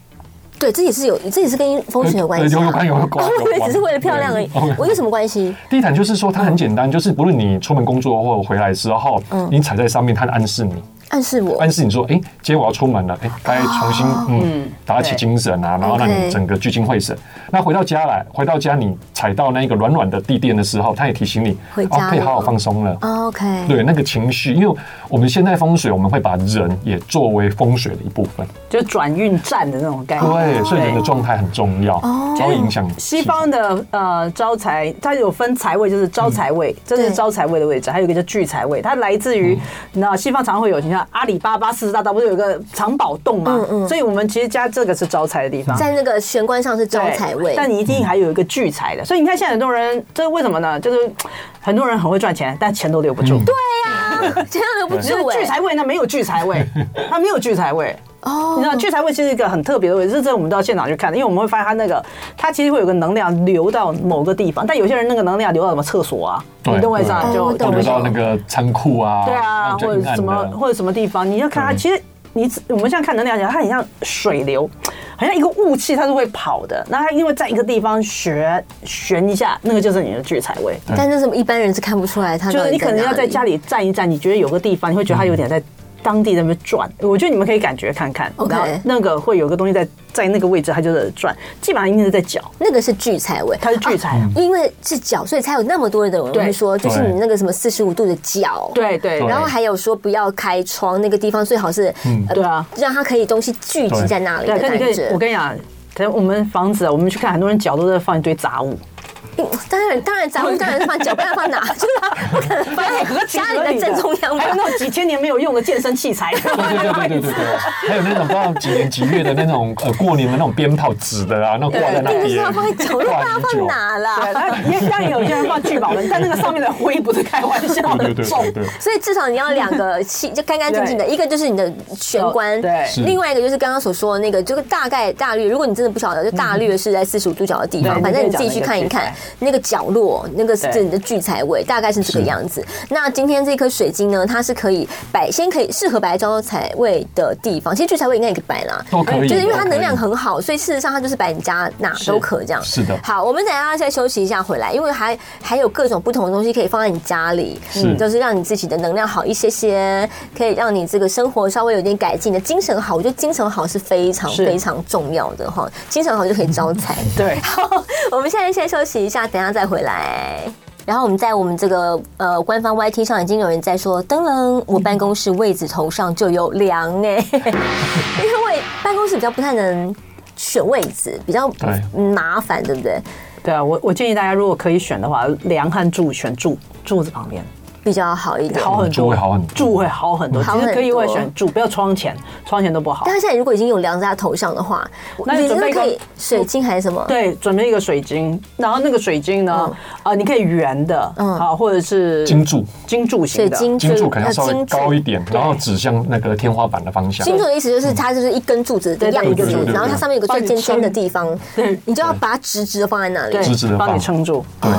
对，这也是有，这也是跟风水有关系、啊。
有有关有关
哦 *laughs* 我以
有
为
关
只是为了漂亮而已
*laughs* 对，OK，
我有什么关系？
地毯就是说它很简
嗯
单，就是不论你出门工作或回来的时候，你踩在上面，它暗示你，
暗示我
暗示你说，哎、今天我要出门了，哎、该重新、
啊
嗯打起精神
哎
啊，然后让
OK
你整个聚精会神。那回到家来，回到家你踩到那个软软的地垫的时候，它也提醒你，啊
回家了
可以好好放松了。
OK，
对那个情绪，因为我们现代风水，我们会把人也作为风水的一部分，
就转运站的那种概
哦
念。
对，所以人的状态很重要，它会影响
西方的呃招财，它有分财位，就是招财位，这是
嗯对
招财位的位置，还有一个叫聚财位，它来自
嗯
于那西方常会有，你像阿里巴巴四十大道不是有一个藏宝洞
嗯
嘛？所以我们其实加这个是招财的地方。
在那个玄关上是招
对
财位，嗯 *laughs*
但你一定还有一个聚财的，所以你看现在很多人，这是为什么呢？就是很多人很会赚钱，但钱都留不住。
嗯
对，
啊这样留不
就是
住
聚
哎。
财位，那没有聚财
*laughs*
位，它没有聚财位。
哦
你知道聚财位其实是一个很特别的位置，这这我们到现场去看的，因为我们会发现它那个它其实会有个能量流到某个地方，但有些人那个能量流到什么厕所啊，
对
你懂我意思啊？
对
就
哦我懂
或
就
者到那个仓库啊，
对啊，
那种
或
阴
者
暗
什么
的
或者什么地方，你要看它
对
其实。你只我们现在看能量讲，它很像水流，好像一个雾气，它是会跑的。那它因为在一个地方旋旋一下，那个就是你的聚财位。
但是什么一般人是看不出来，他
就是你可能要在家
里。
里站一站，你觉得有个地方，你会觉得它有点在当地在那边转。我觉得你们可以感觉看看
OK
然后那个会有个东西在在那个位置，它就是转，基本上一定是在脚，
那个是聚财位，哦
它是聚财。啊
因为是脚，所以才有那么多的人会
对
说，就是
对
你那个什么四十五度的脚，
对对啊
对嗯
然后还有说不要开窗，那个地方最好是，呃
对啊
让它可以东西聚集在那里
对，
的
可你可
感
以，我
觉。
跟你讲，可能我们房子啊，我们去看很多人脚都在放一堆杂物，
因然当然杂物当然是放脚，不然放哪？ *laughs* 就是他不可能放
哎
在
合情
家里
合理
的正中央
还
吧？
有那种几千年没有用的健身器材，
对
*laughs*
对对对对对，还有那种不知道几年几月的那种呃过年的那种鞭炮纸的啊，那挂在
一
那
定是
边
要，放在角落，不然要放哪
对，啊
啦？
那也当然有些人放聚宝盆，但那个上面的灰不是开玩笑
对
的
对对
重
对。对，
所以至少你要两个器，就干干净净的，一个就是你的玄关，
对
是
另外一个就是刚刚所说的那个，就是大概大略，如果你真的不晓得，就大略是在四十五度角的地方，
对
反正你自己去看一
你可以
看
讲
那个角落，那个是
对
你的聚财位，大概是这个样子。那今天这颗水晶呢，它是可以摆，先可以适合摆在招财位的地方，其实聚财位应该也可以摆啦，嗯
都可以
就是因为它
都可以
能量很好，所以事实上它就是摆你家哪
是
都可这样。
是的
好，我们等一下再休息一下回来，因为还还有各种不同的东西可以放在你家里，
是
嗯就是让你自己的能量好一些些，可以让你这个生活稍微有点改进你的精神好。我觉得精神好是非常
是
非常重要的哈，精神好就可以招财。 *laughs*
对，
好，我们现在先休息一下，等一下再回来。然后我们在我们这个呃官方 YT 上已经有人在说，噔噔，我办公室位置头上就有梁哎、 *laughs* 因为我也办公室比较不太能选位置，比较
对
麻烦，对不对？
对啊，我我建议大家如果可以选的话，梁和柱选柱柱字旁边，
比较好一点。
好很
柱
多，
会好很多
柱会好很多。
好
其
很
实可以会
多
选柱，不要窗前，窗前都不好
但。他现在如果已经有梁在他头上的话，
那你
真
准
的
备一个嗯
可以水晶还是什么？
对，准备一个水晶，然后那个水晶呢，啊，你可以圆的，
嗯
啊，或者是
金柱，
金柱
水
型的，
晶呃
金
就
柱可能要稍微高一点，然后指向那个天花板的方向。
金柱的意思就是它就是一根柱子的
嗯对对
样
对
子
对对，对
然后它上面有个最尖尖的地方，你就要把它直直的放在那里。
直直
对，
地
帮你
放
撑住。
对，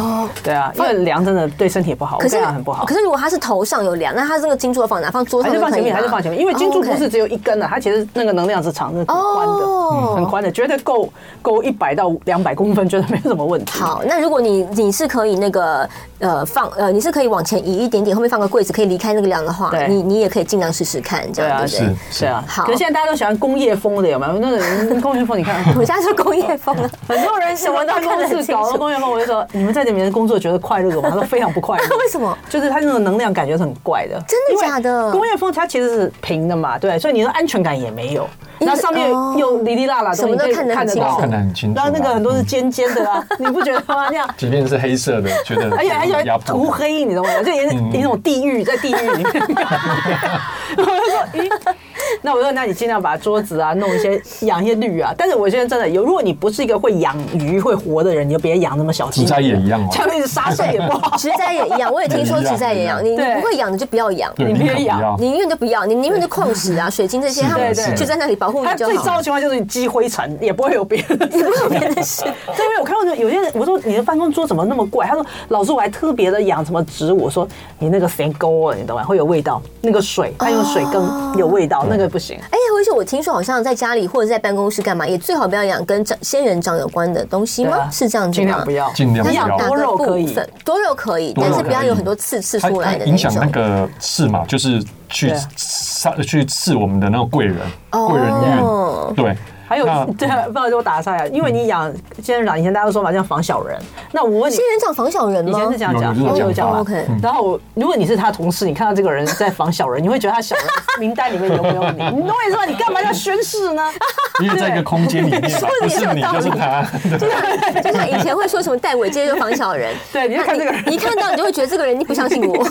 对啊，因为梁真的对身体也不好，我
哦可是
跟你讲很不好
可。是如果它是头上有梁，那它这个金柱要放哪？放桌
还
上
是
就
放
可
前
以
面，
吗
还是放前面，因为金柱不
哦 OK
是只有一根的，啊它其实那个能量是长，是很宽的，
哦
嗯很宽的，绝对够够一百到两百公分，觉 *laughs* 得没有什么问题。
好，那如果你你是可以那个呃放呃你是可以往前移一点点，后面放个柜子可以离开那个梁的话，
对
你你也可以尽量试试看，这
对
样
啊，
对不对
是？
是
是啊。
好
可是现在大家都喜欢工业风的，有没有？那个工业风，
*laughs*
你看。
我家是工业风啊， *laughs*
很多人什么办公室搞了工业风，我就说你们在里面工作觉得快乐吗？他说非常不快乐。
为什么？
就是它那种能量感觉是很怪的。
真的假的
因为工业风它其实是平的嘛，对，所以你的安全感也没有。
因为
那上面
哦
又哩哩啦啦的，
什么都
你可以
看得很
看得
清
到
楚，
看得很清楚
然后那个
啊
很多是尖尖
*laughs*
的啊，你不觉得吗？那样。
即便是黑色的，
*laughs*
觉得
哎
而且还喜欢
压
哎涂
迫。嗯
黑，你懂吗？就有点有一种地狱，在地狱里
*laughs*
面。我就说，咦，那我说，那你尽量把桌子啊弄一些养一些绿啊。但是我现在真的有，如果你不是一个会养鱼会活的人，你就别养那么小
植
鸡。
栽也一样哦，
这样一直杀生也不好。
植栽也一样，我也听说植栽也一样，你
对
你不会养的就不要养。
对，
你
宁
别
可不
养
要
你宁愿就不要，你宁愿就矿石啊、水晶这些，
是的
他们
是的
就在那里保护你
它
就
最糟
好
的。情况就是你积灰尘，也不会有别人，也不会有别人事。对，因为我看到有些人，我说你的办公桌怎么那么怪？他说老师，我还特别的养什么植物，我说你那个谁勾啊，你懂吗？会有味道，那个水，他用水更有味道，那个不行。
*laughs* 哎呀，回去我听说好像在家里或者在办公室干嘛，也最好不要养跟长仙人掌有关的东西
对
吗？
啊
是这样子
尽量
吗
不？要，
尽量不
它
要
养哪
多
个
肉
部
可以
分？多肉可以，
多肉
但是不要
可以
有很多刺刺
它
出来的
它影
那
响那
种。
个刺嘛，就是去
对
杀去刺我们的那个贵人，
哦
贵人运。对，
还有
那，嗯
对，啊不好意思，我打岔呀，因为你养仙人掌，以前大家都说嘛，像防小人。那我问你
仙，人掌防小人
以
吗？
前是这样讲，
有有这
有
种嗯
讲
讲
法
嘛
哦 OK
然后我，如果你是他同事，你看到这个人在防小人，你会觉得他小人名单里面有没有你？你懂我意思吗？你干嘛要宣誓呢？ *laughs*
因为在一个空间里面嘛，
*laughs*
不
是
是
有
你
道理
就是他，
就像 *laughs* 就像以前会说什么戴尾戒就防小人，
*laughs* 对你就看这个人
那你一看到你就会觉得这个人你不相信我， *laughs*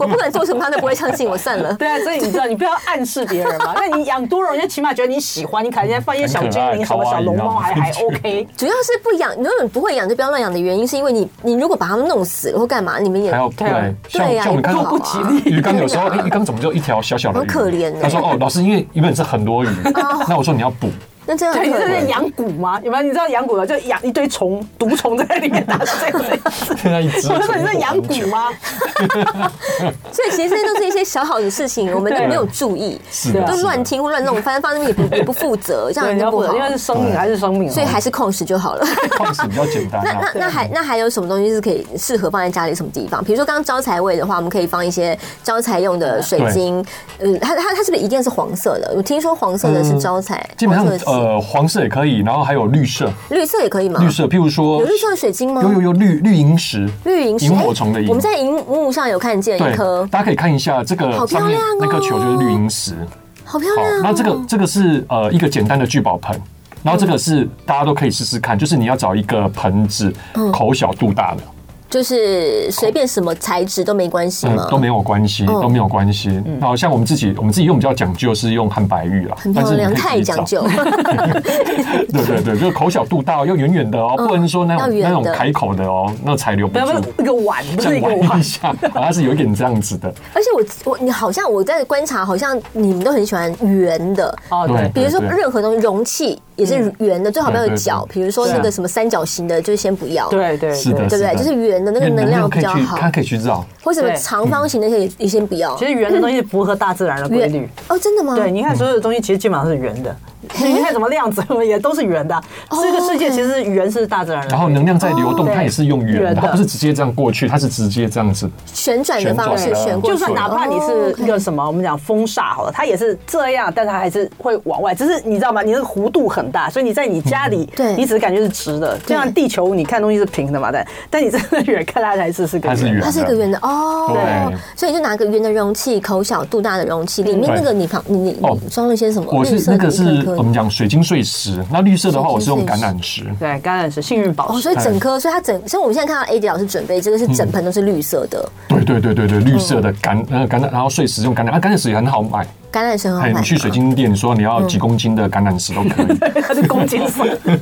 我不管做什么他都不会相信我，算了。
对啊，所以你知道，你不要暗示别人嘛。那你养多肉，人家起码觉得你喜欢，你可能人家放一些小精灵、什么小龙猫，还还
*laughs*
OK。
主要是不养，如果你不会养就不要乱养的原因，是因为你你如果把它们弄死了或干嘛，你们也
还要
对啊
对，像
对啊
像我们看
也
到
不好啊
鱼缸有时候，哎鱼缸怎么就一条小小的鱼？
好可怜欸
他说哦，老师，因为原本是很多鱼，那我说你要补，
那真的
对，
很
你
可
这是
怜。
养蛊吗？有没有？你知道养蛊的就养一堆虫、毒虫在
*laughs*
里面，打这个样子。
那 *laughs* 一只
我就说你在养蛊吗？
所以其实这些都是一些小好的事情，我们都
*laughs* 对啊
没有注意，
是的，
都
是的
乱听或乱弄，反正放在那边也不也不负责，这
对，
样
你
就
要
不
不
嗯好
因。为是生命还是生命哦，
所以还是控食就好了。
矿石比较简单
那
*laughs*
啊
那。那还那还有什么东西是可以适合放在家里什么地方？比如说刚刚招财位的话，我们可以放一些招财用的水晶。嗯，它它它是不是一定是黄色的？我听说黄色的是招财，
嗯基本上
黄色的是
呃黄色也可以，然后还有绿色，
绿色也可以吗？
绿色，譬如说
有绿色的水晶吗？
有有有绿绿萤石，
绿萤石
萤火虫的
哎
萤
我们在荧幕上有看见一颗
对，，大家可以看一下这
好
个
漂
上面
亮哦
那颗球就是绿萤石。
好漂
好
亮哦，。
那这个这个是呃一个简单的聚宝盆，然后这个是大家都可以试试看，就是你要找一个盆子，口小肚大的。
就是随便什么材质都没关系吗
嗯？都没有关系，
嗯
都没有关系。那好像我们自己，我们自己用比较讲究是用汉白玉啦，
很
但
漂
是你
亮，
可以自
太
己
讲
找。 *laughs*
究。
对对对，就是口小肚大哦，要圆圆
*laughs*
的哦，不能说那
嗯要
种
圆
那种
的
开口的哦，那才留不
不要不
住。
是一个碗，
*laughs*
不是
像
一个
玩
碗
一。下，好像是有一点这样子的。
*laughs* 而且我我你好像我在观察，好像你们都很喜欢圆的。
哦，对
对，
比如说任何东西，容器也是圆的，最好不要有角。
对对对啊
比如说那
对
个
啊
什么三角形的，就先不要，对
对对
是的
对
不对？
是的
就是圆的 *laughs* 那个
因为
能量比
可以
较
去，
好
它，可以去绕。
或什么
对
长方形那些也也先不要
其。实圆的东西符合大自然的规律
圆。哦，真的吗？
对，你看所有的东西其实基本上是圆的，
嗯
你看什么量子也都是圆的。
哦
这个世界其实圆是大自然的规律。
然后能量在流动，它也是用圆
圆
的，
的
它不是直接这样过去，它是直接这样子。
旋转的方式
旋转的
旋过
就
去，
算哪怕你
哦
是
，OK
一个什么，我们讲风煞好了，它也是这样，但它还是会往外。只是你知道吗？你那个弧度很大，所以你在你家里，
嗯对
你只是感觉是直的。就像地球，你看东西是平的嘛，但但你真的远看它才是是个
它是圆
它是一个圆的哦
对，
所以就拿个圆的容器，口小肚大的容器，里面
对
那个你旁你你
哦
你装了些什么？
我
绿
是
色
那
的
个
一颗一
是呃
颗
我们讲水晶碎石，那绿色的话我是用橄榄石。
对，橄榄石幸运宝
哦，
石。
所以
哎
整颗，所以它整，所以我们现在看到 AD 老师准备这个是整盆都是绿色的，
对对对对对，绿色的橄呃橄榄，然后碎石用橄榄，啊橄榄石也很好买，
橄榄是很好
哎，
买
你去水
的。
晶店说你要
嗯
几公斤的橄榄石都
*laughs*
可以。
它哦是公斤 *laughs* 数，
对，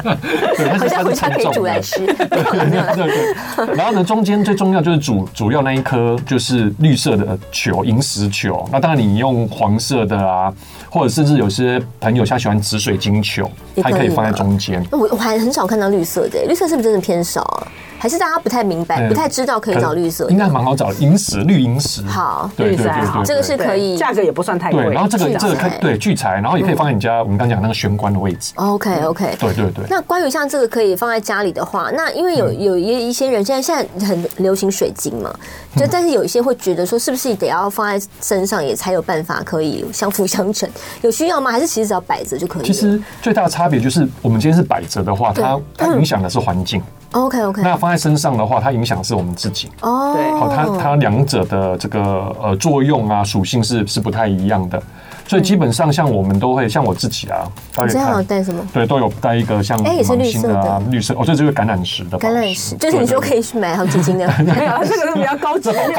它
好
是
像
它
回
是
家可
称
以
重
煮来
的。
吃，
对对对。然后呢，中间最重要就是主主要那一颗就是绿色的球，萤石球。那当然你用黄色的啊，或者甚至有些朋友他喜欢紫水晶球，
也
它
可
可
以
以放在
吗
中间。
我我还很少看到绿色的，欸绿色是不是真的偏少啊？还是大家不太明白，
嗯
不太知道可以找绿色
应？该蛮好找的，萤石绿萤石。
好啊
对
绿
对
色还
对
好
对，
这个是可以啊
对价格也不算太贵。
对，然后这
聚
个这个
财嗯
可以对聚财，然后也可以放在你家我们刚讲那个玄关的位置。
OK OK，
对对对，
那关于像这个可以放在家里的话，那因为
嗯
有有一一些人现在现在很流行水晶嘛，
嗯
就但是有一些会觉得说，是不是得要放在身上也才有办法可以相辅相成？ *laughs* 有需要吗？还是其实只要摆着就可以了？
其实最大的差别就是我们今天是摆着的话，
对
它它影响的是环境；
OK OK，
那放在身上的话，它影响的是我们自己。
哦，
对
好，它它两者的这个呃作用啊属性是是不太一样的，所以基本上像我们都会像我自己啊，大
你
家
现在好
也看
像带什么？
对都有带一个像
哎也是
芒
绿
星
色
的啊
的
绿色，哦，这就是橄榄石的
橄榄
宝
石，
石
就是你说可以去买好几斤
*laughs*
的，
没有，
*laughs*
啊这个是比较高级，
这好
没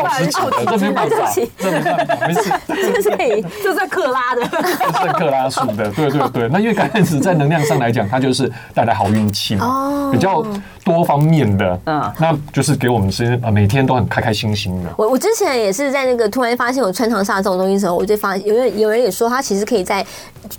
保
办法
值钱的，这没办
对不
法
起，
这没办法，没事。
这个是可以。
这是在克拉的。
*laughs* 圣克拉数的，对对对。那因为橄榄石在能量上来讲，它就是带来好运气
哦
嘛，比较多方面的，
嗯
那就是给我们是呃每天都很开开心心的。
我我之前也是在那个突然发现有穿堂煞这种东西的时候，我就发有人有人也说它其实可以在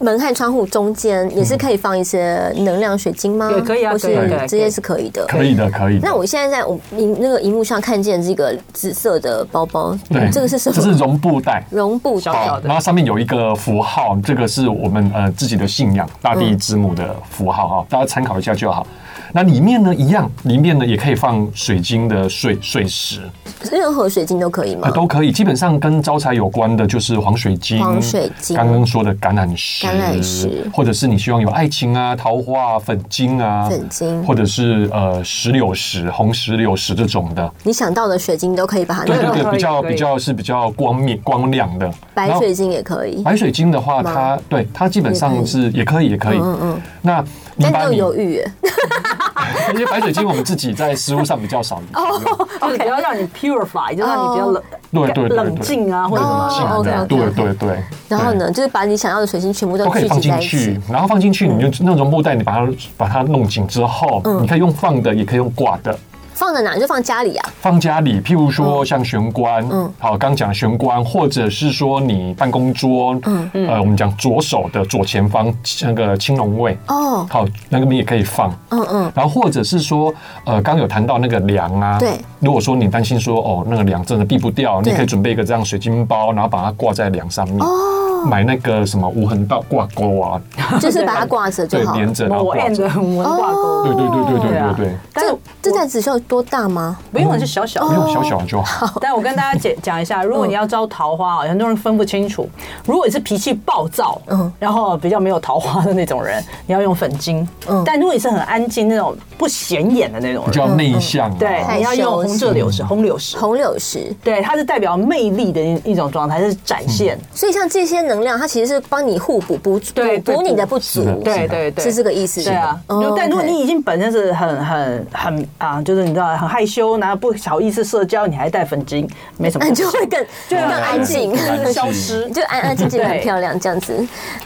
门和窗户中间也
嗯
是可以放一些能量水晶吗？
也可以啊
或是
可以可以可以
这些是可以的。
可以的，可以的。
那我现在在我荧那个荧幕上看见这个紫色的包包，
对，
这个是什
这是
么？
绒布袋。
绒布
小小
袋
的。
然后上面有一个符号，这个是我们呃自己的信仰大地之母的符
嗯
号哈，大家参考一下就好。那里面呢一样，里面呢也可以放水晶的碎碎石，
任何水晶都可以吗
啊，？都可以。基本上跟招财有关的，就是黄水晶、
黄水晶
刚刚说的橄榄石、
橄榄石
或者是你希望有爱情啊、桃花、啊、粉晶啊、
粉晶
或者是呃石榴石、红石榴石这种的。
你想到的水晶都可以把它
对
拿
对
来，
可
对，
以
比较
可以
比较是比较光面光亮的。
白
然后
水晶也可以。
白水晶的话，
吗
它对它基本
也可
上
以
是也可以也可以。
嗯嗯
那你
但你
把
有
你
犹豫耶，
*laughs* 因为白水晶我们自己在食物上比
*laughs*
较少用。
*laughs* 就是比较让你 purify，就让你比较冷，
哦对对对对
冷静啊，或者什么
哦
冷静的，
，OK，OK，OK
对对对。
然后呢，就是把你想要的水晶全部都
都可
呃
以
聚
放
集
进
在一起嗯
去。，然后放进去，你就那种布袋，你把它把它弄紧之后，你可以用放的，也可以用挂的。
放在哪？就放家里啊。
放家里，譬如
嗯
说像玄关，好，刚讲玄关，或者是说你办公桌，
嗯
呃，我们讲左手的左前方那个青龙位，
哦，
好，那个你也可以放。
嗯嗯，
然后或者是说，呃，刚有谈到那个梁啊，
对
如果说你担心说哦，那个梁真的避不掉，你
对
可以准备一个这样水晶包，然后把它挂在梁上面，
哦
买那个什么无痕道挂钩啊，
就是把它挂着就
对，
好。哦
连着然后
我
挂
end
着。
很文化
对
沟，
对对对对对对，
但
这
是
哦这哦袋子需要多大吗？
不用就小小
不
的。
用小小的就好。
但我跟大家讲 *laughs* 讲一下，如果你要招桃花啊，很多人分不清楚。如果你是脾气暴躁，
嗯
嗯，然后比较没有桃花的那种人，你要用粉晶。
嗯
嗯，但如果你是很安静那种不显眼的那种
比
人，
较内
嗯
向啊，
对，你要用
害羞
红鹧柳石，红柳石。
红柳石，
对，它是代表魅力的一一种状态，是展现。
所以像这些能量，它其实是帮你互补补
对
补
对
补你的不足
是的，
对对对，
是这个意思。
对啊，
哦
就但如果
OK
你已经本身是很很很啊，就是你知道很害羞，然后不好意思社交，你还带粉巾，没什
*laughs*
么
那，哎就会更就更安静，
安静
啊 *laughs* 消失。
*laughs* 就安安静静的很
对
漂亮这样子。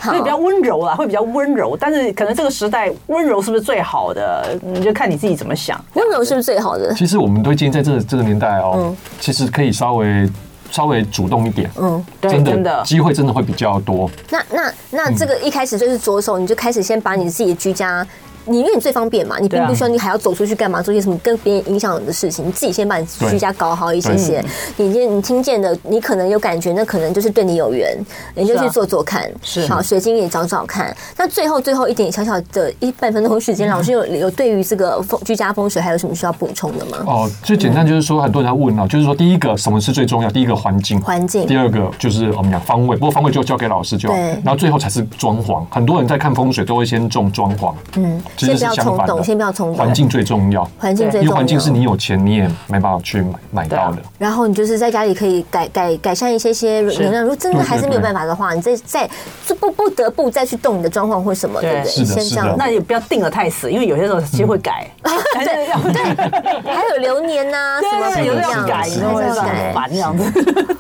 好
会，比较温柔啦，会比较温柔，但是可能这个时代温柔是不是最好的，你就看你自己怎么想。
温柔是不是最好的？
其实我们推荐在这这个年代哦，其实可以稍微稍微主动一点，
嗯，
对，真的，
机会真的会比较多。
那那
嗯
那这个一开始就是着手，你就开始先把你自己的居家，你因为你最方便嘛，你并
对啊
不需要你还要走出去干嘛，做些什么跟别人影响的事情，你自己先把你
对
居家搞好一些些。你今你听见的，你可能有感觉，那可能就是对你有缘，你就是去
啊
做做看，
是
好水晶也找找看。那最后最后一点小小的一半分钟时
嗯
间，老师有有对于这个风居家风水还有什么需要补充的吗？
哦，最简单就是说，很多人在问哦，就是说，第一个什么是最重要？第一个环境，
环境
第二个就是呃我们讲方位，不过方位就交给老师就好。
对
然后最后才是装潢，很多人在看风水都会先种装潢，嗯，其实
先不要
是相
冲
反
动，
的，
先不要冲动
环，境最重要，
环境最
因
重要。
为环境是你有钱你也没办法去买买到的
对。
然后你就是在家里可以改改改善一些些能量。如果真的还是没有办法的话，你再再就不不得不再去动你的状况或什么，
对
对不对？
是的
先
是
这
的
样。
那也不要定的太死，因为有些时候其实会改，还是要
还有流年呐，什么
对，有
这
的
样
要改，
还
你
是
知道
要
会
改
很烦这样子。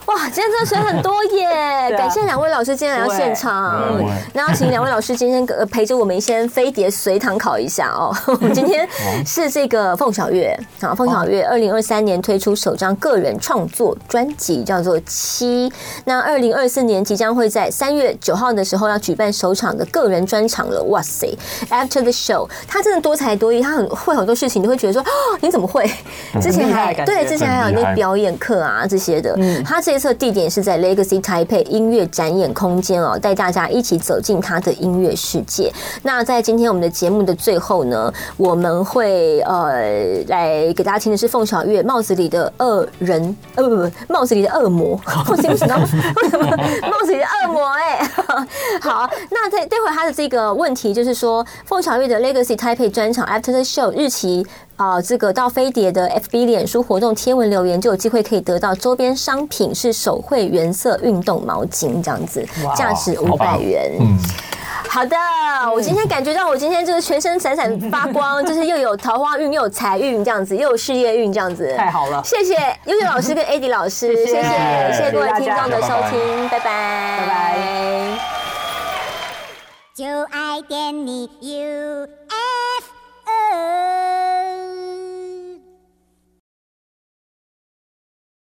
哇，今天真的水很多耶！感谢两位老师今天来到现场
对对，
那要请两位老师今天呃陪着我们先飞碟随堂考一下哦。我们今天是这个凤小月，好，凤小月二零二三年推出首张个人创作专辑，叫做《七》。那二零二四年即将会在三月九号的时候要举办首场的个人专场了，哇塞！After the show，他真的多才多艺，他很会很多事情，你会觉得说，哦，你怎么会？之前
很厉害
还
感觉
对之前还有
嗯很厉
那
害嗯
表演课啊这些的。他这一次的地点是在 Legacy Taipei 音乐展演空间哦，带大家一起走进他的音乐世界。那在今天我们的节目的最后呢，我们会呃来给大家听的是凤小岳《帽子里的恶人》，呃不不不，帽子里的恶
*laughs*
魔， *laughs* 我听不懂为什么帽子里的恶魔哎、 *laughs* 好，那这待会儿他的这个问题就是说，凤小岳的 Legacy Taipei 专场 After the Show 日期啊、这个到飞碟的 FB 脸书活动贴文留言，就有机会可以得到周边商品是手绘原色运动毛巾这样子，
哇
价值五
好棒
百元。
嗯，
好的，
嗯
我今天感觉到我今天就是全身闪闪发光，就是又有桃花运，又有财运这样子，又有事业运这样子，
太好了
谢谢悠悠老师跟 AD 老师，谢谢
谢谢
谢谢各位
谢谢大
听
家
众的收听，拜拜，
拜拜
拜。
就爱点你 UFO。